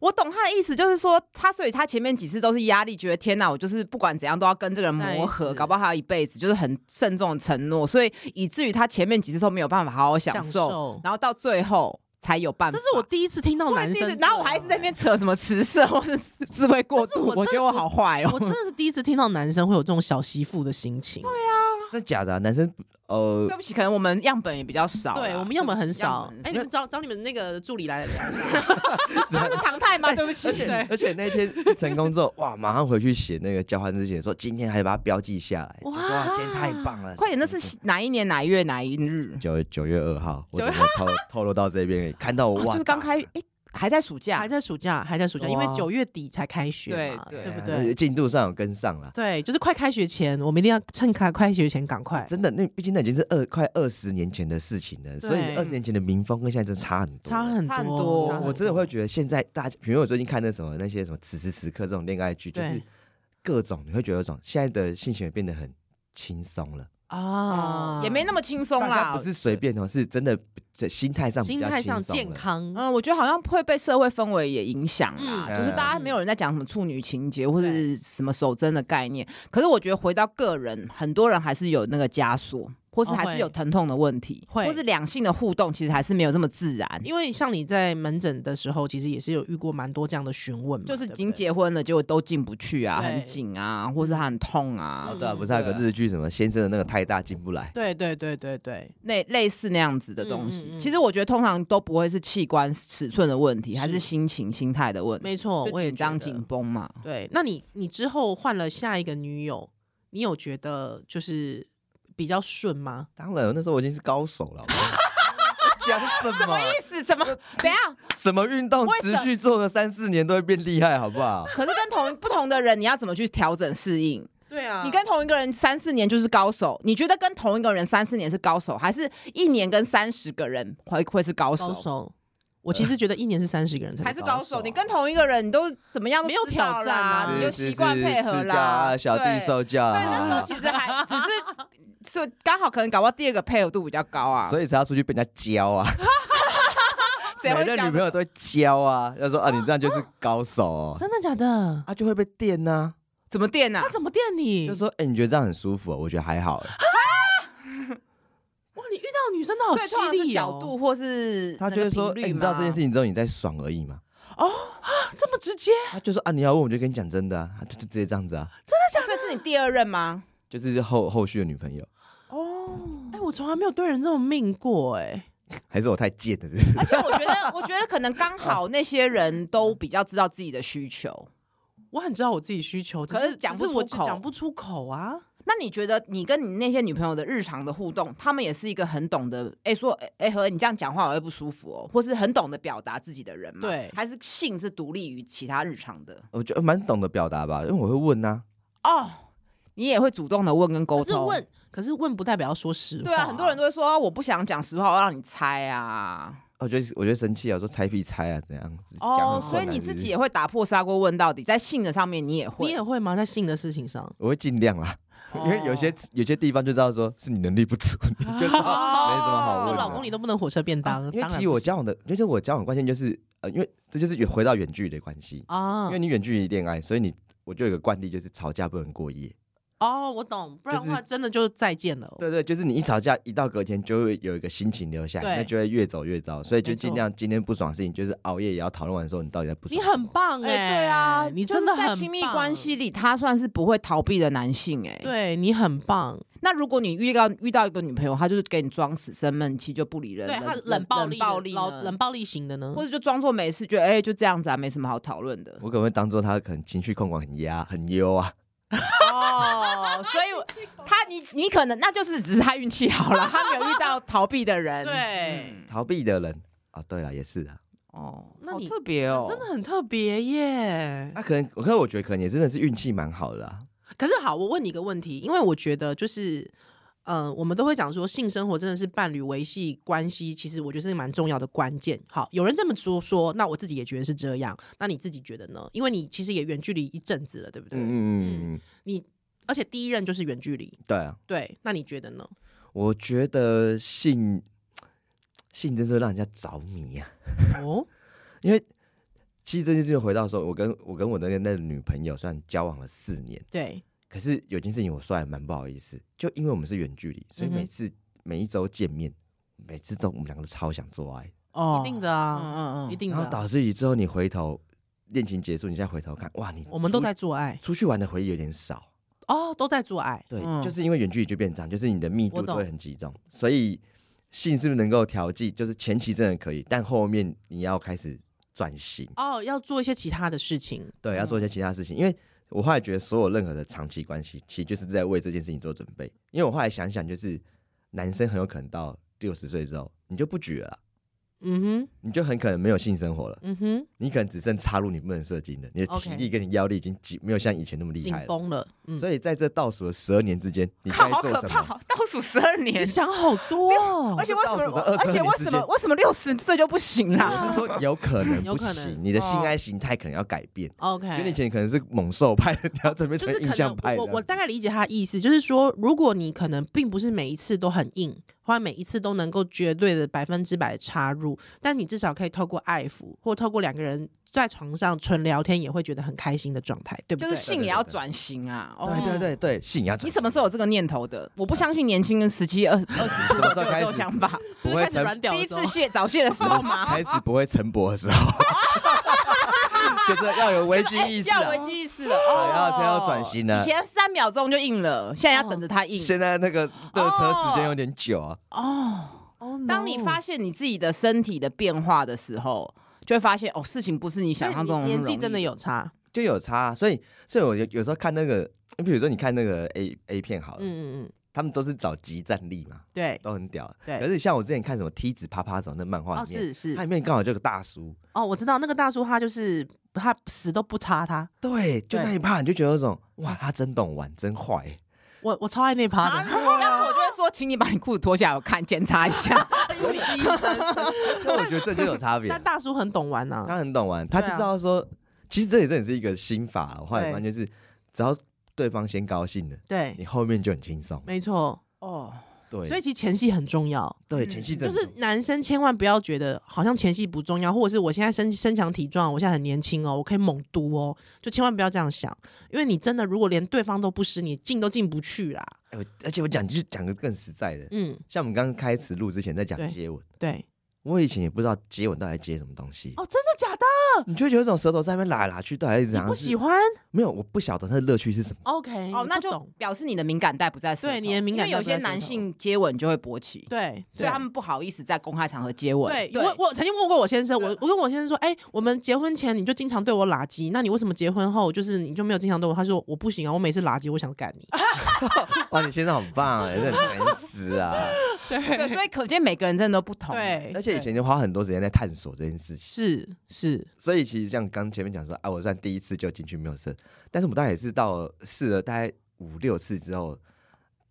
S2: 我懂他的意思，就是说他，所以他前面几次都是压力，觉得天哪，我就是不管怎样都要跟这个人
S1: 在一
S2: 磨合，
S1: 起
S2: 搞不好还要一辈子，就是很慎重的承诺，所以以至于他前面几次都没有办法好好享受，
S1: 享受
S2: 然后到最后才有办法。
S1: 这是我第一次听到
S2: 我也
S1: 男
S2: 第一
S1: 生
S2: 次
S1: 这样，
S2: 然后我还一直在那边扯什么迟射或是自慰过
S1: 这是
S2: 度，
S1: 我
S2: 我
S1: 真
S2: 觉得
S1: 的
S2: 我好坏
S1: 我
S2: 哦。
S1: 真的是第一次听到男生会有这种小媳妇的心情。对啊，
S3: 真假的啊、男生呃
S2: 对，不起，可能我们样本也比较少啊啦，
S1: 对啊我们样本很少。哎，
S2: 哎
S1: 你，们找找你们那个助理来聊一下。
S2: 这是常态吗？对不起， 对
S3: 而且那天一成功之后，哇，马上回去写那个交换日记，说今天还把它标记下来，就说哇，今天太棒了，
S2: 快点，那 是哪一年哪一月哪一日？
S3: 九九月二号，我
S2: 9
S3: 怎
S2: 月
S3: 么透透露到这边？看到我
S2: 哦
S3: 哇，
S2: 就是刚开，哎，还在暑假
S1: 还，在暑假，还在暑假，因为
S3: 哇
S1: 九月底才开学嘛，
S2: 对
S1: 对不
S3: 啊
S1: 对？
S3: 进度上有跟上了。
S1: 对，就是快开学前，我们一定要趁开开学前赶快，
S3: 真的，那毕竟那已经是二快二十年前的事情了，所以
S1: 对
S3: 二十年前的民风跟现在真的差很多。
S1: 差很
S2: 差很
S1: 多
S2: 多。
S1: 差很
S3: 我真的会觉得现在大家，比如我最近看那什么那些什么此时此刻这种恋爱剧，就
S1: 对
S3: 是各种你会觉得有种现在的性行为变得很轻松了，
S1: 啊，
S2: 哦也没那么轻松
S3: 大家
S2: 啦。
S3: 不是随便哦，是真的在心态上比
S1: 心
S3: 较
S1: 态
S3: 轻松
S1: 上
S3: 了
S1: 健。康。
S2: 嗯，我觉得好像会被社会氛围也影响啦，
S3: 嗯
S2: 就是大家
S1: 嗯
S2: 没有人在讲什么处女情节或是什么守贞的概念，可是我觉得回到个人，很多人还是有那个枷锁，或是
S1: 哦
S2: 还是有
S1: 会
S2: 疼痛的问题，
S1: 会
S2: 或是两性的互动其实还是没有这么自然，
S1: 因为像你在门诊的时候，其实也是有遇过蛮多这样的询问嘛，
S2: 就是已
S1: 对不
S2: 经
S1: 对
S2: 结婚了，结果都进不去啊，
S1: 对
S2: 很紧啊，或是他很痛啊
S3: 哦，
S1: 嗯
S3: 对啊，不是还有个日剧什么先生的那个太大进不来，
S1: 对对对对对，
S2: 类类似那样子的东
S1: 嗯
S2: 西。
S1: 嗯嗯
S2: 其实我觉得通常都不会是器官尺寸的问题，还
S1: 是
S2: 是心情心态的问题，
S1: 没错，哦
S2: 就
S1: 我也
S2: 紧张
S1: 觉得
S2: 紧绷嘛。
S1: 对，那你你之后换了下一个女友，你有觉得就是比较顺吗？
S3: 当然那时候我已经 是高手了。好不好讲什么？
S2: 意思什么？ 怎样？
S3: 什么运动
S2: 为什
S3: 持续做个三四年都会变厉害，好 不好？
S2: 可是跟同不同的人，你要怎么去调整适应？
S1: 对啊
S2: 你跟同一个人三四年就是高手，你觉得跟同一个人三四年是高手，还是一年跟三十个人会会是高手？
S1: 高手，我其实觉得一年是三十个人才
S2: 还是高
S1: 手啊
S2: 手？你跟同一个人，你都怎么样都
S1: 没有
S2: 知道
S1: 挑战
S2: 啦，
S1: 啊
S2: 你就是习惯
S3: 是
S2: 配合
S3: 自家
S2: 啦
S3: 啊。小弟
S2: 对
S3: 受教
S2: 所以那时候
S3: 啊，
S2: 其实还只是，所以刚好可能搞到第二个配合度比较高啊。
S3: 所以才要出去被人家教啊，
S2: 谁
S3: 每
S2: 会
S3: 个
S2: 讲
S3: 女朋友都会教啊，要说啊你这样就是高手哦，
S1: 真的假的？
S3: 啊就会被电呐，
S2: 怎么电啊
S1: 他？怎么电你？
S3: 就说哎你觉得这样很舒服哦，我觉得还 好，
S1: 哇，你遇到的女生都好
S2: 所以
S1: 犀
S2: 通常是
S1: 利、哦、
S2: 角度或是
S3: 他就会说哎
S2: 你
S3: 你知道这件事情之后你在爽而已嘛，
S1: 这么直接，
S3: 他就说啊你要问我就跟你讲真的啊， 他就就直接这样子啊，
S2: 所以是你第二任吗？
S3: 就是后后续的女朋友，
S1: 哎、我从来没有对人这么命过、哎，
S3: 还是我太贱了，是不 是
S2: 而且我觉得，我觉得可能刚好那些人都比较知道自己的需求。
S1: 我很知道我自己需求，只
S2: 可是
S1: 是
S2: 讲
S1: 只
S2: 不
S1: 我
S2: 出
S1: 就
S2: 口
S1: 讲不出口啊。
S2: 那你觉得你跟你那些女朋友的日常的互动，他们也是一个很懂得，哎、说，哎、哎和你这样讲话我会不舒服哦，或是很懂得表达自己的人吗？
S1: 对
S2: 还是性是独立于其他日常的？
S3: 我觉得蛮懂得表达吧，因为我会问啊呐、
S2: 哦，你也会主动的问跟沟
S1: 可是
S2: 通。
S1: 问，可是问不代表要说实话。
S2: 对啊，很多人都会说我不想讲实话，我让你猜啊。
S3: 我觉哦得我觉得生气啊，我说猜屁猜啊，怎样？讲很
S2: 哦，
S3: 困
S2: 所以
S3: 难
S2: 你
S3: 是不
S2: 自己
S3: 是
S2: 也会打破砂锅问到底，在性的上面你也会，
S1: 你也会吗？在性的事情上，
S3: 我会尽量啦， 因为有
S1: 哦
S3: 些有些地方就知道说是你能力不足，你就知道没什么好
S1: 我
S2: 哦
S3: 问的。
S1: 哦老公你都不能火车便当，
S3: 啊因为
S1: 当然
S3: 其实我
S1: 不行
S3: 交往的，就是我交往的关键就是呃，因为这就是远回到远距离的关系，
S1: 啊
S3: 因为，你远距离恋爱，所以你我就有个惯例就是吵架不能过夜。
S1: 哦，我懂，不然的话
S3: 就是
S1: 真的就再见了。
S3: 对对，就是你一吵架，一到隔天就会有一个心情留下来，
S1: 对
S3: 那就会越走越糟，所以就
S1: 没错
S3: 尽量今天不爽的事情，就是熬夜也要讨论完说你到底在不爽
S1: 你
S3: 什么。。
S1: 很棒
S2: 哎、
S1: 哎、
S2: 对啊，
S1: 你
S2: 就是
S1: 真的很
S2: 在
S1: 棒
S2: 亲密关，系里，他算是不会逃避的男性哎、，
S1: 对你很棒，
S2: 那如果你遇到遇到一个女朋友，她就是给你装死生闷气，就不理人，
S1: 对他冷
S2: 冷
S1: 暴力
S2: 冷
S1: 的
S2: 暴力呢，
S1: 老冷暴力型的呢
S2: 或，者就装作没事，觉得哎、就这样子啊，没什么好讨论的
S3: 我可能会当做他可能情绪控管很压很优啊，
S2: 哦，所以我他你你可能那就是只是他运气好了，他没有遇到 逃避的人。
S1: 对
S2: 嗯
S3: 逃避的人啊，对了，也是啊，
S2: 哦，
S1: 那
S2: 好
S1: 你
S2: 特别哦，
S1: 真的很特别耶。
S3: 啊他、可能，可是我觉得可能也真的是运气蛮好的、啊，
S1: 可是好，我问你一个问题，因为我觉得就是，呃，我们都会讲说性生活真的是伴侣维系关系，其实我觉得是蛮重要的关键。好，有人这么说说，那我自己也觉得是这样。那你自己觉得呢？因为你其实也远距离一阵子了，对不对？
S3: 嗯嗯嗯嗯，
S1: 你而且第一任就是远距离，
S3: 对啊，
S1: 对，那你觉得呢？
S3: 我觉得性性真是会让人家着迷啊，
S1: 哦，
S3: 因为其实这件事情回到说，我跟我跟我那个那个女朋友虽然交往了四年，
S1: 对，
S3: 可是有件事情我说来蛮不好意思，就因为我们是远距离，所以
S1: 嗯哼
S3: 每次、每一周见面，每次都我们两个都超想做爱，
S2: 哦
S1: 一定，的啊，
S2: 嗯嗯
S1: 一
S2: 嗯，
S1: 定
S3: 然
S1: 的
S3: 后
S1: 啊、
S3: 导致于之后你回头恋情结束，你现在回头看，哇，你
S1: 我们都
S3: 出
S1: 在做爱
S3: 出去玩的回忆有点少，
S1: 哦，都在做爱。
S3: 对，
S2: 嗯
S3: 就是因为远距离就变这样，就是你的密
S1: 我懂
S3: 度都会很集中，所以性是不是能够调剂，就是前期真的可以，但后面你要开始转型。
S1: 哦，要做一些其他的事情，
S3: 对，要做
S1: 嗯
S3: 一些其他事情。因为我后来觉得，所有任何的长期关系，其实就是在为这件事情做准备。因为我后来想想，就是男生很有可能到六十岁之后，你就不举了啦，
S1: 嗯哼，
S3: 你就很可能没有性生活了，
S1: 嗯哼，
S3: 你可能只剩插入你不能射精了，你的
S1: OK
S3: 体力跟你腰力已经紧没有像以前那么厉
S1: 紧
S3: 害了。
S1: 绷了，嗯，
S3: 所以在这倒数的十二年之间， 你
S2: 靠，
S3: 该
S2: 好
S3: 做
S2: 可
S3: 什
S2: 怕
S3: 么？
S2: 哦，倒数十二
S1: 你
S2: 年，
S1: 想好多、哦，
S2: 而且为什
S3: 倒数
S2: 么
S3: 的？22
S2: 而且为什
S3: 年之
S2: 么？
S3: 间
S2: 为什么六十岁就不行啦？
S3: 我是说，有可能
S1: 哦有
S3: 不
S1: 可能
S3: 行，你的性
S2: 哦
S3: 爱形态可能要改变。
S1: OK，
S3: 就你以前可能是猛兽派，你要准备
S1: 就
S3: 成
S1: 是可
S3: 印象
S1: 能
S3: 派这
S1: 我
S3: 样子。
S1: 我大概理解他的意思，就是说，如果你可能并不是每一次都很硬，或者每一次都能够绝对的百分之百插入，但你至少可以透过爱抚，或透过两个人在床上纯聊天，也会觉得很开心的状态，对不
S2: 就
S1: 对？
S2: 是性也要转型啊！哦
S3: 对对对对，性要转
S2: 你什么时候有这个念头的？我不相信年轻人十七、 二二十岁
S3: 什
S2: 就
S3: 么时候
S2: 有
S3: 开
S2: 这种
S3: 始
S2: 想 法。
S1: 就
S3: 不
S1: 是
S3: 会
S1: 开始
S3: 成
S1: 软屌
S2: 第一
S1: 的时候
S2: 次，卸早泄的时候吗？
S3: 开始不会晨勃的时 候，就是要有危机意识、啊
S1: 哎
S2: 要有危机意识了，哦，
S3: 要才要转型呢
S2: 以前三秒钟就硬了，现在要等着它硬。
S3: 现在那个热车时间有点久啊，
S1: 哦
S2: 当你发现你自己的身体的变化的时候，就会发现哦，事情不是你想象
S1: 所以
S2: 中那么
S1: 你
S2: 容
S1: 年
S2: 易
S1: 纪真的有差，
S3: 就有差啊、所以，所以我有有时候看那个，比如说你看那个 A A 片好了，
S1: 嗯嗯嗯，
S3: 他们都是找集战力嘛，
S1: 对，
S3: 都很屌啊。
S1: 对
S3: 可是像我之前看什么梯子啪啪走那漫画
S1: 哦
S3: 里面，
S1: 是是
S3: 它，里面刚好就有个大叔，
S1: 哦我知道那个大叔他就是他死都不插他，
S3: 对，就
S1: 对嗯
S3: 那一趴你就觉得有种哇，他真懂玩，真坏、
S1: 我我超爱那趴
S2: 啊！
S1: 的，
S2: 如果 要是我就会说，请你把你裤子脱下来，我看检查一 下。
S1: 有理医生，
S3: 那我觉得这就有差别。
S1: 但大叔很懂玩呐、
S3: 他很懂玩，他就
S1: 对啊
S3: 知道说，其实这也真的是一个心法。啊我后来
S1: 对
S3: 发现，就是只要对方先高兴了，
S1: 对，
S3: 你后面就很轻松。
S1: 没错。
S2: 哦，
S3: 对，
S1: 所以其实前戏很重要，
S3: 对前期
S1: 就
S3: 真的
S1: 是男生千万不要觉得好像前戏不重要，或者是我现在身身强体壮，我现在很年轻哦，我可以猛嘟哦，就千万不要这样想，因为你真的如果连对方都不是，你进都进不去啦。
S3: 哎我而且我讲就讲个更实在的，
S1: 嗯，
S3: 像我们刚刚开始录之前在讲
S1: 对
S3: 接吻，
S1: 对，
S3: 我以前也不知道接吻到底在接什么东西，
S1: 哦，真的假的？
S3: 你就会有一种舌头在那边拉来拉去，到底是怎
S1: 你
S3: 样？
S1: 不
S3: 是
S1: 喜欢
S3: 没有，我不晓得它的乐趣是什么。
S1: ？OK，
S2: 哦，
S1: 你哎
S2: 那
S1: 不
S2: 就
S1: 懂
S2: 表示你的敏感带不在舌头，
S1: 对你的敏感带
S2: 因为有
S1: 不在
S2: 些
S1: 舌头
S2: 男性接吻就会勃起，
S1: 对，
S2: 所以他们不好意思在公开场合接吻。
S1: 对，我我曾经问过我先生，我我跟我先生说，哎、我们结婚前你就经常对我拉鸡，那你为什么结婚后就是你就没有经常对我？他说我不行啊，我每次拉鸡我想干你。
S3: 哇，你现在好棒哎，这很诚实啊！
S2: 对，所以可见每个人真的都不同。
S1: 对，
S3: 而且以前就花很多时间在探索这件事情，
S1: 是是，
S3: 所以其实像刚前面讲说，啊，我算第一次就进去没有射，但是我们大概也是到了试了大概五六次之后，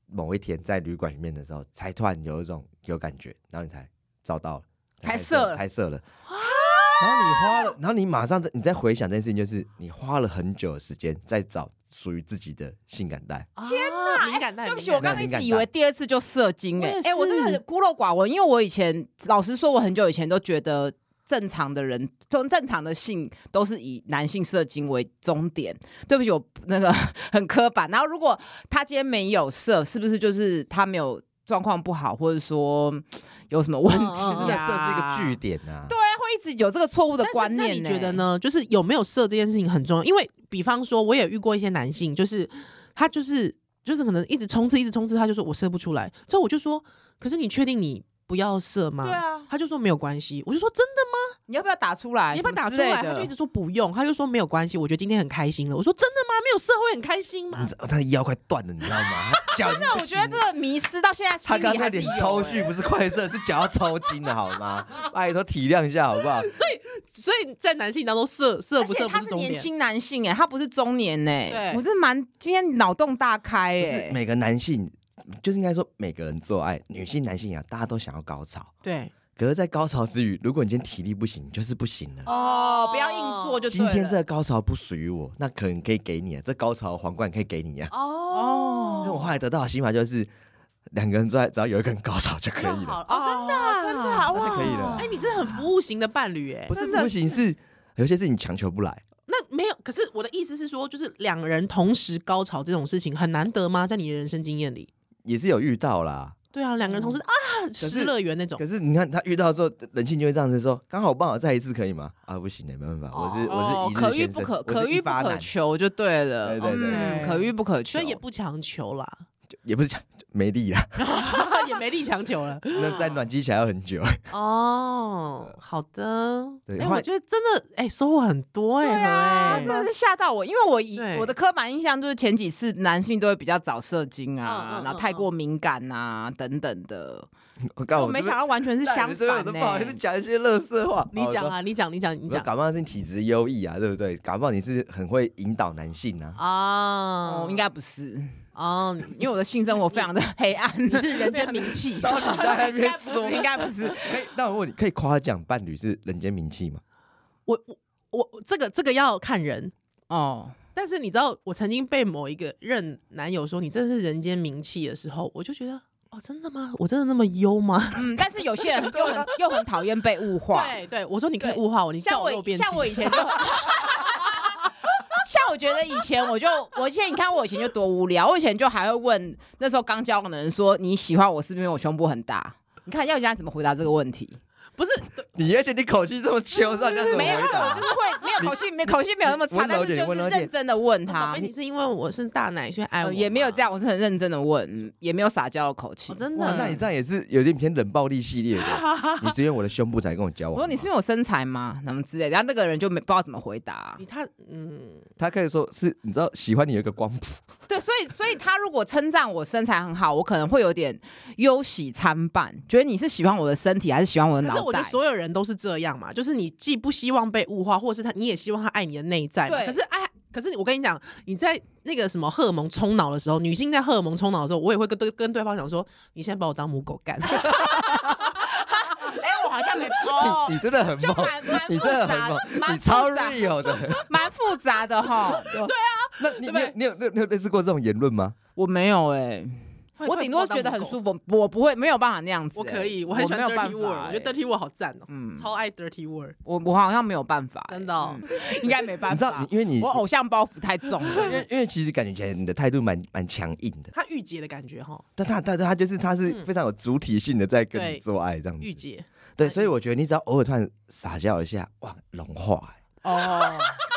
S3: 某一天在旅馆里面的时候，才突然有一种有感觉，然后你才找到了，
S2: 才射了啊
S3: 才射了。然后你花了，然后你马上在你再回想这件事情，就是你花了很久的时间在找属于自己的性感带。
S1: 天哪，啊敏感带，
S2: 对不起，
S1: 敏
S2: 我
S1: 感
S2: 刚
S3: 带
S2: 刚一直以为第二次就射精哎、
S1: 我也
S2: 哎、我真的
S1: 是
S2: 很孤陋寡闻，因为我以前老实说，我很久以前都觉得正常的人，从正常的性都是以男性射精为终点。对不起，我那个 很刻板。然后如果他今天没有射，是不是就是他没有状况不好，或者说有什么问题、
S1: 嗯嗯
S2: 啊？
S1: 嗯
S3: 就是在射是一个据点呐、
S2: 对啊，会一直有这个错误的
S1: 但是
S2: 观念、
S1: 那
S2: 欸
S1: 你觉得？呢？就是有没有射这件事情很重要，因为比方说，我也遇过一些男性，就是他就是就是可能一直冲刺，一直冲刺，他就说我射不出来。之后我就说，可是你确定你不要射吗？
S2: 对。啊，
S1: 他就说没有关系，我就说真的吗？
S2: 你要不要打出来？
S1: 你要不要打出
S2: 什么
S1: 来？
S2: 之类
S1: 他
S2: 的
S1: 就一直说不用，他就说没有关系，我觉得今天很开心了。我说真的吗？没有射会很开心吗
S3: 你？知道他的腰快断了，你知 道吗？他脚真的，
S2: 我觉得这个迷失到现在心
S3: 他
S2: 里
S3: 刚刚那
S2: 还是
S3: 点
S2: 有
S3: 抽
S2: 欸
S3: 搐不是快射，是脚要抽筋了好 吗？拜托体谅一下好不好？
S1: 所以在男性当中射射
S2: 而
S1: 不
S2: 且
S1: 射不
S2: 他
S1: 是
S2: 是
S1: 重
S2: 年
S1: 点。
S2: 轻男性哎、他不是中年哎、
S1: 对
S2: 我是蛮今天脑洞大开
S3: 就
S2: 哎、
S3: 是每个男性，就是应该说每个人做爱，女性、男性一样，大家都想要高潮。
S1: 对，
S3: 可是，在高潮之余，如果你今天体力不行，你就是不行了。
S2: 哦，不要硬做就对
S3: 今
S2: 了
S3: 天这个高潮不属于我，那可能可以给你啊，这高潮皇冠可以给你
S2: 哦
S3: 啊。因为我
S1: 哦，
S3: 后来得到的心法就是，两个人在只要有一个人高潮就可以了，
S1: 哦，真的啊
S2: 真的啊
S3: 真的可以
S2: 哇
S3: 了
S1: 哎，。你真的很服务型的伴侣哎
S3: 不。是
S2: 真的
S3: 不行，是有些事情强求不来。
S1: 那没有，可是我的意思是说，就是两人同时高潮这种事情很难得吗？在你的人生经验里？
S3: 也是有遇到啦，
S1: 对啊，两个人同时啊，失乐园那种
S3: 可。是你看他遇到之后，人性就会这样子说：“刚好我帮我再一次可以吗？”啊，不行的，没办法，我是
S2: 哦
S3: 我是
S2: 可
S3: 一
S2: 遇
S3: 日先
S2: 不
S3: 生，
S2: 可，
S3: 我
S2: 可
S3: 是一
S2: 遇不
S3: 发
S2: 可
S3: 难，
S2: 求就对了，
S3: 对对对
S2: 嗯
S1: 对
S2: 可遇不可求，
S1: 所以也不强求啦，
S3: 就也不是讲没力啦，
S1: 也没力强求了。
S3: 那再暖机起来要很久。
S1: 哦，好的。
S3: 对
S1: 哎，
S3: 后来
S1: 我觉得真的，哎，收获很多
S2: 对啊，
S1: 哎，
S2: 真
S1: 何哎
S2: 的是吓到我，因为我以
S1: 对
S2: 我的刻板印象就是前几次男性都会比较早射精啊
S1: 嗯嗯，嗯
S2: 然后太过敏感啊等等的，
S3: 我刚
S2: 我没想到完全是相
S3: 这边我
S2: 反欸
S3: 都
S2: 呢
S3: 不好意思讲一些乐色话。哦
S1: 你讲啊，你讲，你讲，你
S3: 我说，
S1: 讲
S3: 搞不好是你体质优异啊，对不对？搞不好你是很会引导男性啊。
S1: 啊
S2: 哦，应该不是，
S1: 哦，
S2: 因为我的性生活非常的黑暗，
S1: 你是人 间名 气
S3: 到底在那
S2: 应
S3: 边
S2: 该不
S3: 说
S2: 是，，应该不是。
S3: 可以？哎那我问你，可以夸奖伴侣是人间名气吗？
S1: 我我我这个这个要看人，
S2: 哦，
S1: 但是你知道，我曾经被某一个任男友说你真是人间名气的时候，我就觉得哦，真的吗？我真的那么优吗？
S2: 嗯，但是有些人又很又很讨厌被物化，
S1: 对对，我说你可以
S2: 对
S1: 物化我，你
S2: 像
S1: 叫
S2: 我
S1: 我肉
S2: 以
S1: 变质
S2: 像我以 前就。像我觉得以前我就，我以前你看我以前就多无聊，我以前就还会问那时候刚交往的人说你喜欢我是不是因为我胸部很大？你看要人家怎么回答这个问题？
S1: 不是
S3: 你而且你口气这么秋，让人家怎么
S2: 没有，
S3: 回
S2: 我就
S3: 答？
S2: 是会没有口气，没口气没有那么差，
S3: 温柔
S2: 但是
S3: 点
S2: 就
S3: 温
S2: 是
S3: 柔点
S2: 认真的问
S1: 宝
S2: 他
S1: 贝，，你是因为我是大奶所以爱我、
S2: 呃也没有这，样，哎我是很认真的问，嗯也没有撒娇的口气。
S1: 哦、真
S3: 哇
S1: 的，
S3: 那你这样也是有点偏冷暴力系 列的。你是因为我的胸部才跟我交往
S2: 我
S3: 吗？
S2: 说你是因为我身材吗？什么之类的，然后那个人就没不知道怎么回答、
S1: 你他嗯，
S3: 他可以说是，你知道喜欢你有一个光谱，
S2: 对，所以所以他如果称赞我身材很好，我可能会有点忧喜参半，觉得你是喜欢我的身体还是喜欢我
S1: 可
S2: 的脑
S1: 是
S2: 袋？
S1: 我觉得所有人都是这样嘛，就是你既不希望被物化，或者是他你也希望他爱你的内在嘛，
S2: 对
S1: 可是爱。可是你我跟你讲，你在那个什么荷尔蒙冲脑的时候，女性在荷尔蒙冲脑的时候，我也会跟对跟对方讲说，你现在把我当母狗 干。
S2: 哎、我好 像没哦
S3: ，你真的很
S2: 就
S3: 猛，
S2: 蛮蛮
S3: 你
S2: 复
S3: 真的很
S2: 杂
S3: 猛，，你
S2: 蛮复
S3: 超
S2: 杂 啊
S3: real 的。啊
S2: 蛮复杂的哈。
S3: 那你
S1: 对不
S3: 你
S1: 对
S3: 有你有你有你有类似过这种言论吗？
S2: 我没有哎、
S1: 会
S2: 我
S1: 会
S2: 顶
S1: 抱
S2: 多
S1: 到
S2: 觉得
S1: 母
S2: 很
S1: 狗
S2: 舒服，我不会没有办法那样子欸、
S1: 我可以，我很喜欢
S2: 没有办
S1: dirty
S2: 法
S1: word，我觉得
S2: 欸
S1: dirty word 好赞哦，
S2: 嗯
S1: 超爱 dirty word，
S2: 我我好像没有办法欸、
S1: 真的哦
S2: 应该没办
S3: 你知道
S2: 法
S3: 你，，因为你
S2: 我偶像包袱太重
S3: 因 为
S2: 了。
S3: 因为其实感觉起来你的态度蛮蛮强硬的，
S1: 他御姐的感觉哈，
S3: 但他他他就是他是
S1: 嗯
S3: 非常有主体性的在跟
S1: 对
S3: 你做爱这样子，
S2: 嗯
S1: 御姐
S3: 对，
S1: 他
S3: 所以我觉得你只要偶尔突然撒娇一下，哇，融化、
S2: 哦，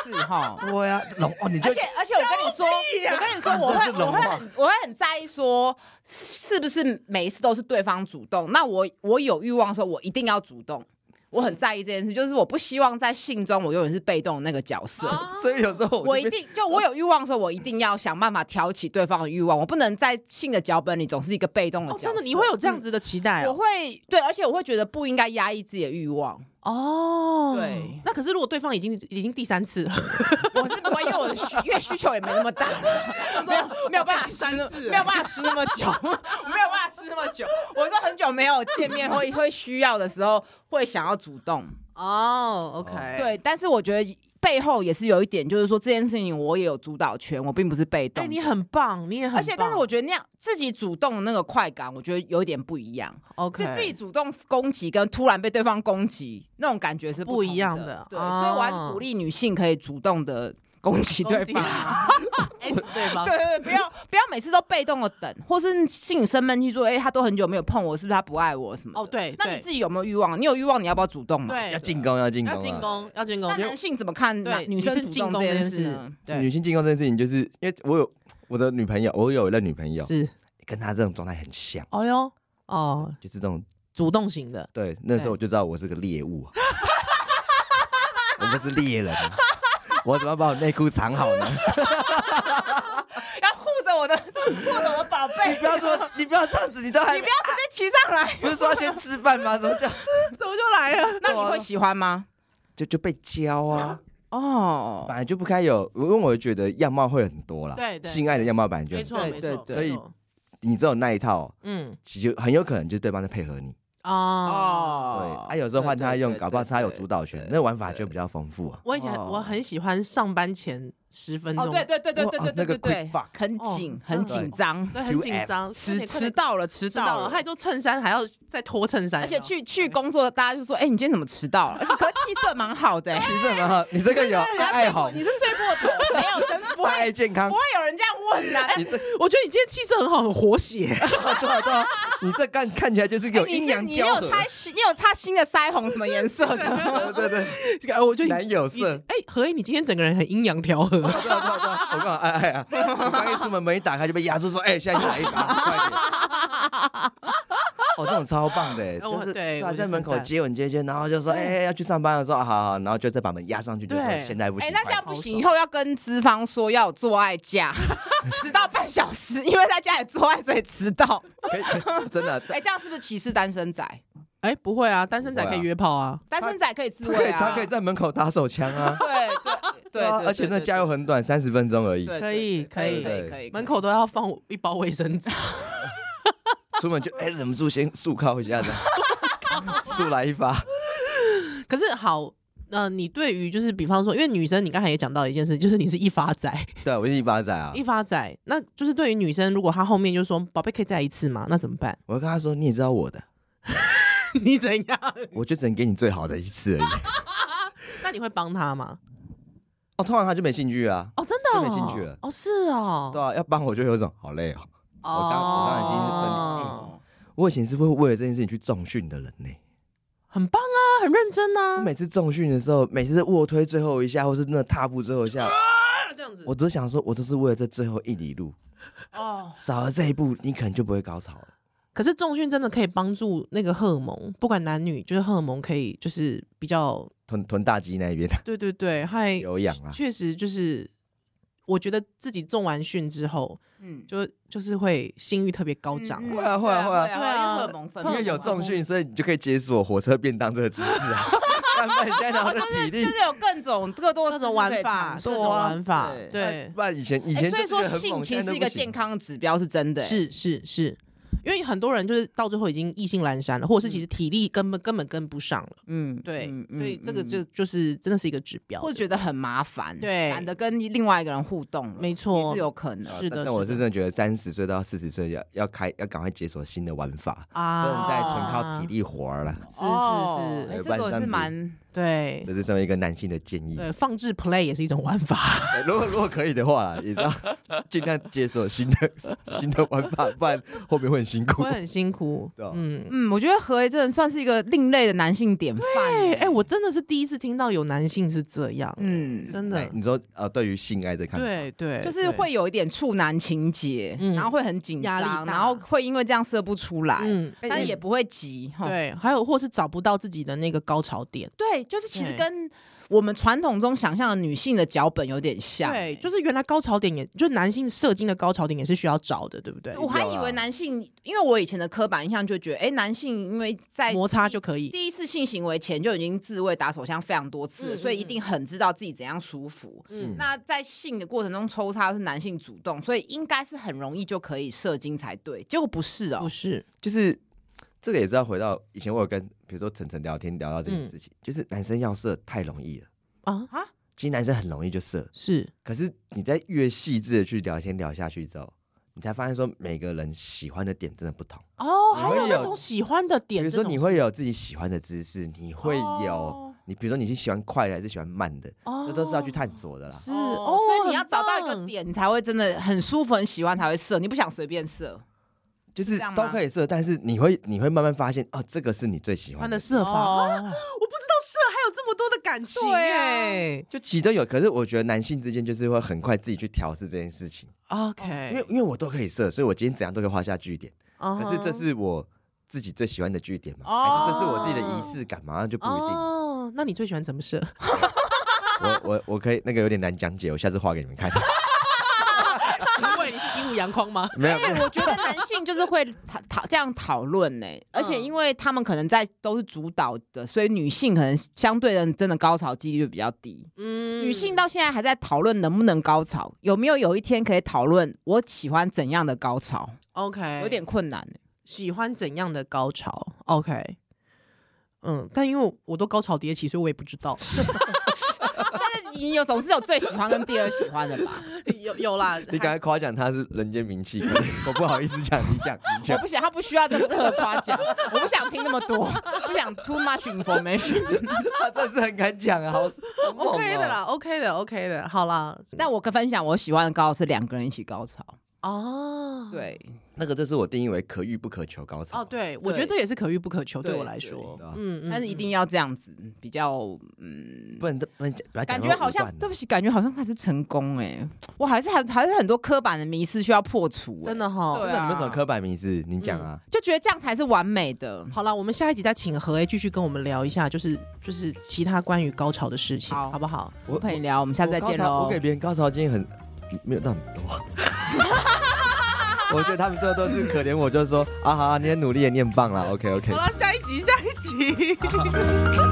S2: 是哈。
S3: 欸，对啊，融哦，你就
S2: 而且而且我跟你说，我跟你说，我
S3: 真的
S2: 会
S3: 是
S2: 我
S3: 融
S2: 会
S3: 化
S2: 很我会很在意说是不是每一次都是对方主动。那我我有欲望的时候，我一定要主动。我很在意这件事，就是我不希望在性中我永远是被动的那个角色。
S1: 哦
S3: 所以有时候
S2: 我
S3: 就
S2: 一
S3: 变
S2: 定就我有欲望的时候，我一定要想办法挑起对方的欲望，我不能在性的脚本里总是一个被嗯动的
S1: 哦
S2: 角，色。
S1: 真的你会有这样子的期待
S2: 我
S1: 哦，
S2: 会对，而且我会觉得不应该压抑自己的欲望。
S1: 哦
S2: 对
S1: 那可是如果对方已经已经第三次了，
S2: 我是不会，因为我的需，因为需求也没那么大，没有没有办法吃那，没有办法吃那么久， 我没有办法吃那么久。我说很久没有见面，会会需要的时候会想要主动，
S1: 哦，OK，
S2: 对。但是我觉得背后也是有一点，就是说这件事情我也有主导权，我并不是被动
S1: 哎，
S2: 的。
S1: 你很棒，你也很棒，
S2: 而且，但是我觉得那样自己主动的那个快感，我觉得有点不一样。
S1: OK
S2: 是自己主动攻击跟突然被对方攻击那种感觉是
S1: 不
S2: 不
S1: 一
S2: 同
S1: 样的
S2: 的，对，
S1: 哦
S2: 所以我还是鼓励女性可以主动的攻击对
S1: 攻击
S2: 方。
S1: S 对方
S2: 对对对，不要不要每次都被动的等，或是性生闷气说，哎、他都很久没有碰我，是不是他不爱我什么的？
S1: 哦对
S2: 那你
S1: 对
S2: 自己有没有欲望？你有欲望，你要不要主动嘛？，
S1: 对
S3: 要进攻要进攻
S1: 嗯要
S3: 啊
S1: 进。攻要进攻
S2: 嗯那，男性怎么看
S1: 对
S2: 男女生
S1: 生
S2: 主
S1: 进
S2: 动
S1: 攻
S2: 这
S1: 这
S2: 件
S1: 件
S2: 事
S1: 事
S2: 呢？，
S3: 女性进攻这件事情，就是因为我有我的女朋友，我有一任女朋友，
S1: 是，
S3: 跟她这种状态很像，
S1: 哦哟哦，
S3: 就是这种
S1: 主动型的，
S3: 对，那时候我就知道我是个猎物 啊，我不是猎人啊，我怎么把我内裤藏好呢？
S2: 要护着我的护着我的宝贝，
S3: 不要说 你不要这样子，你都还
S2: 你不要随便骑上来。
S3: 不是说要先吃饭吗？怎么这样？
S1: 怎么就来了？
S2: 那你会喜欢吗？
S3: 就就被教啊，
S2: 哦
S3: 本，来就不该有，因为我觉得样貌会很多啦，
S1: 对对
S3: 性爱的样貌本来就
S1: 没
S3: 很
S1: 错
S3: 多，
S2: 对
S1: 没
S2: 对
S1: 错，
S3: 对所以
S1: 没错
S3: 你只有那一套，
S1: 嗯
S3: 其实很有可能就是对方在配合你。
S1: 哦。
S3: 对，啊，有时候换他用，搞不好是他有主导权，那玩法就比较丰富啊。
S1: 我以前
S2: 哦
S1: 我很喜欢上班前十分钟，
S2: 哦，对对对对对
S3: 哇
S2: 对
S3: 哦
S2: 对
S3: 那个
S2: 对对
S3: quick，fuck
S2: 很
S1: 哦
S2: 紧
S1: 真
S2: 很
S1: 的
S2: 紧张，
S1: 对，很紧张，快
S2: 迟
S1: 点快
S2: 迟
S1: 点
S2: 到了，迟
S1: 迟到
S2: 到
S1: 了，
S2: 了，
S1: 他也就衬衫还要再脱衬衫，
S2: 而且
S1: 有没有
S2: 去去工作，大家就说：“哎、你今天怎么迟到 了？”而且可是气色蛮好 的、欸，
S3: 你这么，你这个有
S2: 你是
S3: 爱好
S2: 你，是睡过头，没有，就是不
S3: 不爱
S2: 会
S3: 健
S2: 不
S3: 康
S2: 会，有人这样问啊啦。
S3: 你这
S1: 哎我觉得你今天气色很好，很活血，
S3: 对啊对啊，你这看看起来就是 有
S2: 哎你
S3: 阴
S2: 是
S3: 阳
S2: 你
S3: 交
S2: 有
S3: 合，
S2: 擦新，你有擦新的腮红什么颜色的吗？
S3: 对对对，
S1: 这个呃我觉得
S3: 男
S1: 你
S3: 友
S1: 你
S3: 色。
S1: 哎，何一，你今天整个人很阴阳调和，
S3: 对啊对啊对啊，我刚好爱爱啊，我刚一出门门一打开就被压住，说哎，现在就来一把，快点。哦，这种超棒的，就是他在门口接吻接接，然后就说哎要去上班了，说好好，然后就再把门压上去，就说现 在不
S2: 哎、
S3: 行。
S2: 那这样不行，
S1: 好爽
S2: 以后要跟资方说要有做爱 假，迟到半小时，因为在家里做爱所以迟到。
S3: 可以，可以真的，
S2: 哎、这样是不是歧视单身仔？
S1: 哎，不会啊，单身仔可以约炮啊，
S2: 单身仔可以自
S3: 他可
S2: 慰
S3: 以，
S2: 啊，
S3: 他可以在门口打手枪啊。
S2: 对对对对，
S3: 啊而且那加油很短，三十分钟而已。
S2: 对
S1: 可以可以
S2: 可以可以，
S1: 门口都要放一包卫生纸，
S3: 出门就哎、忍不住先速靠一下子，速来一发。
S1: 可是好。呃，你对于就是比方说，因为女生你刚才也讲到一件事，就是你是一发仔，
S3: 对，我是一巴仔啊
S1: 一，发仔，那就是对于女生，如果她后面就说“宝贝，可以再一次吗？”那怎么办？
S3: 我会跟他说，你也知道我的，
S1: 你怎样？
S3: 我就只能给你最好的一次而已。
S1: 那你会帮她吗？
S3: 哦，通常他就没兴趣啊。
S1: 哦，真的、哦、
S3: 就没进去了
S1: 哦，是哦，
S3: 对啊，要帮我就有一种好累哦。
S1: 哦，
S3: 我刚我刚已经是分嗯
S1: 哦
S3: 我以前是会为了这件事情去重训的人呢、
S1: 很棒啊，很认真
S3: 我
S1: 啊，
S3: 每次重训的时候，每次是卧推最后一下，或是那踏步最后一下，
S1: 啊这样子
S3: 我只想说，我都是为了这最后一里路，
S2: 哦，
S3: 少了这一步，你可能就不会高潮了。
S1: 可是重训真的可以帮助那个荷尔蒙，不管男女，就是荷尔蒙可以就是比较，
S3: 臀臀大肌那一边
S1: 对对对，还
S3: 有氧啊，
S1: 确实就是，我觉得自己重完训之后，
S2: 嗯，
S1: 就就是会性欲特别高涨、
S2: 嗯
S3: 会啊会啊会啊
S2: 因
S1: 对
S2: 为
S1: 啊
S2: 荷尔蒙分
S1: 因
S2: 泌
S3: 因为有
S2: 嘛
S3: 重训，所以你就可以解锁火车便当这个姿势 啊。看看你现在拿
S2: 哦，
S3: 的
S2: 就是
S3: 体力
S2: 就，是有各种各多
S1: 各种玩法，各
S2: 是
S1: 种玩法，
S2: 哦对
S1: 对，
S3: 不然以前以
S2: 哎，
S3: 前
S2: 所
S3: 就
S2: 以
S3: 觉
S2: 说
S3: 得很
S2: 性
S3: 猛
S2: 其实是一
S3: 现在都不
S2: 个
S3: 行
S2: 健康指标，是真的、欸。
S1: 是是是，因为很多人就是到最后已经意兴阑珊了，或者是其实体力根本根本跟不上了，
S2: 嗯，
S1: 对，
S2: 嗯
S1: 所以这个。
S2: 嗯嗯
S1: 就就是真的是一个指标，
S2: 或者觉得很麻烦，
S1: 对
S2: 懒得跟另外一个人互动了，
S1: 没错
S2: 也是有可能。
S1: 是的
S3: 啊但但我
S1: 是的
S3: 是真的觉得三十岁到四十岁要要开要赶快解锁新的玩法，不
S1: 啊，
S3: 能再纯靠体，力活儿了。
S1: 是
S2: 哦
S1: 是
S2: 哎
S1: 是，
S3: 哎
S2: 这
S3: 不然这
S2: 个
S3: 样
S2: 是
S3: 子
S2: 蛮
S1: 对
S3: 这是身为一个男性的建议。
S1: 对，放置 play 也是一种玩 法，
S3: 对如果如果可以的话啦，也是要尽量解锁新的新的玩法，不然后面会很辛苦
S1: 会。很辛苦
S3: 对啊，
S1: 嗯。
S2: 嗯，我觉得何为真的算是一个另类的男性典范。
S1: 哎、哎，我真的是第一次听到有男性是这样，
S2: 嗯，
S1: 真
S3: 哎
S1: 的，
S3: 你说呃，对于性爱的看法，
S1: 对对，
S2: 就是
S1: 对，
S2: 会有一点处男情节，
S1: 嗯
S2: 然后会很紧
S1: 压力
S2: 张，
S1: 大
S2: 然后会因为这样射不出来，
S1: 嗯，
S2: 但也不会急。吼
S1: 对，还有或是找不到自己的那个高潮点，
S2: 对，就是其实
S1: 对
S2: 跟我们传统中想象的女性的脚本有点像。欸
S1: 对，就是原来高潮点也，就男性射精的高潮点也是啊需要找的，对不对？
S2: 我还以为男性，因为我以前的刻板印象就觉得，哎，男性因为在
S1: 摩擦就可以，
S2: 第一次性行为前就已经自慰打手枪非常多次了，
S1: 嗯
S2: 所以一定很知道自己怎样舒服。
S1: 嗯
S2: 那在性的过程中抽插是男性主动，所以应该是很容易就可以射精才对。结果不是哦
S1: 不，是，
S3: 就是这个也是要回到以前我有跟比如说晨晨聊天聊到这
S1: 嗯
S3: 件事情，就是男生要射太容易了
S1: 啊
S2: 啊
S3: 其实男生很容易就射，
S1: 是
S3: 可是你在越细致的去聊天聊下去之后，你才发现说每个人喜欢的点真的不同。
S1: 哦，
S3: 你
S1: 还
S3: 会
S1: 有那
S3: 有
S1: 种喜欢的
S3: 比
S1: 点，
S3: 如说
S1: 这种
S3: 你
S1: 事
S3: 会有自己喜欢的姿势，你会有、
S1: 哦
S3: 你比如说你是喜欢快的还是喜欢慢的，
S1: 哦，
S3: 这都是要去探索的啦。
S1: 是哦，
S2: 所以你要
S1: 很
S2: 找到一个
S1: 棒，
S2: 点，你才会真的很舒服、很喜欢才会射，你不想随便射。
S3: 就是
S2: 这样吗
S3: 都可以射，但是你会你会慢慢发现哦，这个是你最喜
S1: 他
S3: 欢
S1: 的
S3: 的。
S1: 射法、
S2: 哦
S1: 啊，我不知道射还有这么多的感情
S2: 对
S1: 哎、
S3: 就其实都有，可是我觉得男性之间就是会很快自己去调试这件事情，
S1: o
S3: 哦
S2: 哎
S3: 因为
S1: k
S3: 因为我都可以射，所以我今天怎样都可以画下句点。
S1: 嗯
S3: 可是
S2: 哦
S3: 这是我自己最喜欢的句点嘛？还是这是我自己的仪式感嘛？那就不一定。
S1: 哦，那你最喜欢怎么 射？
S3: 我我我可以那个有点难讲解，我下次画给你们看。
S1: 因为你是鹦鹉阳光吗？
S3: 没有，没有
S2: 哎，我觉得男性就是会讨讨这样讨论呢，而且因为他们可能在都是主导的，所以女性可能相对的真的高潮几率就比较低。
S1: 嗯
S2: 女性到现在还在讨论能不能高潮，有没有有一天可以讨论我喜欢怎样的高潮，
S1: OK，
S2: 有点困难欸、
S1: 喜欢怎样的高潮？OK，嗯，但因为我都高潮迭起，所以我也不知道。
S2: 啊但是你有总是有最喜欢跟第二喜欢的吧？
S1: 有有啦，
S3: 你刚才夸奖他是人间名气，可是我不好意思讲，你讲你
S2: 我
S3: 讲。
S2: 不想，他不需要这么多的夸奖，我不想听那么多， 不想 too much information。
S3: 他真的是很敢讲啊，好好猛哦
S1: OK 的啦，OK 的，OK 的，好啦。
S2: 但我跟分享我喜欢的高潮是两个人一起高潮，
S1: 哦，
S2: 对，
S3: 那个就是我定义为可遇不可求高潮。
S1: 哦，对，我觉得这也是可遇不可求，对我来说
S3: 对对，
S1: 嗯，嗯
S2: 但是一定要这样子比较，嗯，
S3: 不能不能讲不要讲
S2: 感
S3: 那么武断啊，
S2: 觉好像对不起，感觉好像才是成功哎、我还是还还是很多刻板的迷思需要破除、
S1: 真，的哈
S2: 对。啊嗯
S3: 真的有啊没有什么刻板名字？你讲啊，
S2: 就觉得这样才是完美的。
S1: 好了，我们下一集再请何 A 继续跟我们聊一下，就是就是其他关于高潮的事情，
S2: 好
S1: 好不好？
S2: 我陪你聊，我们下次再见
S3: 我高潮
S2: 喽
S3: 我。给别人高潮经验很没有到很多。 我觉得他们最后都是可怜我，就说啊好啊，你很努力，也你很棒啦。OK OK。
S1: 好了，下一集，下一集。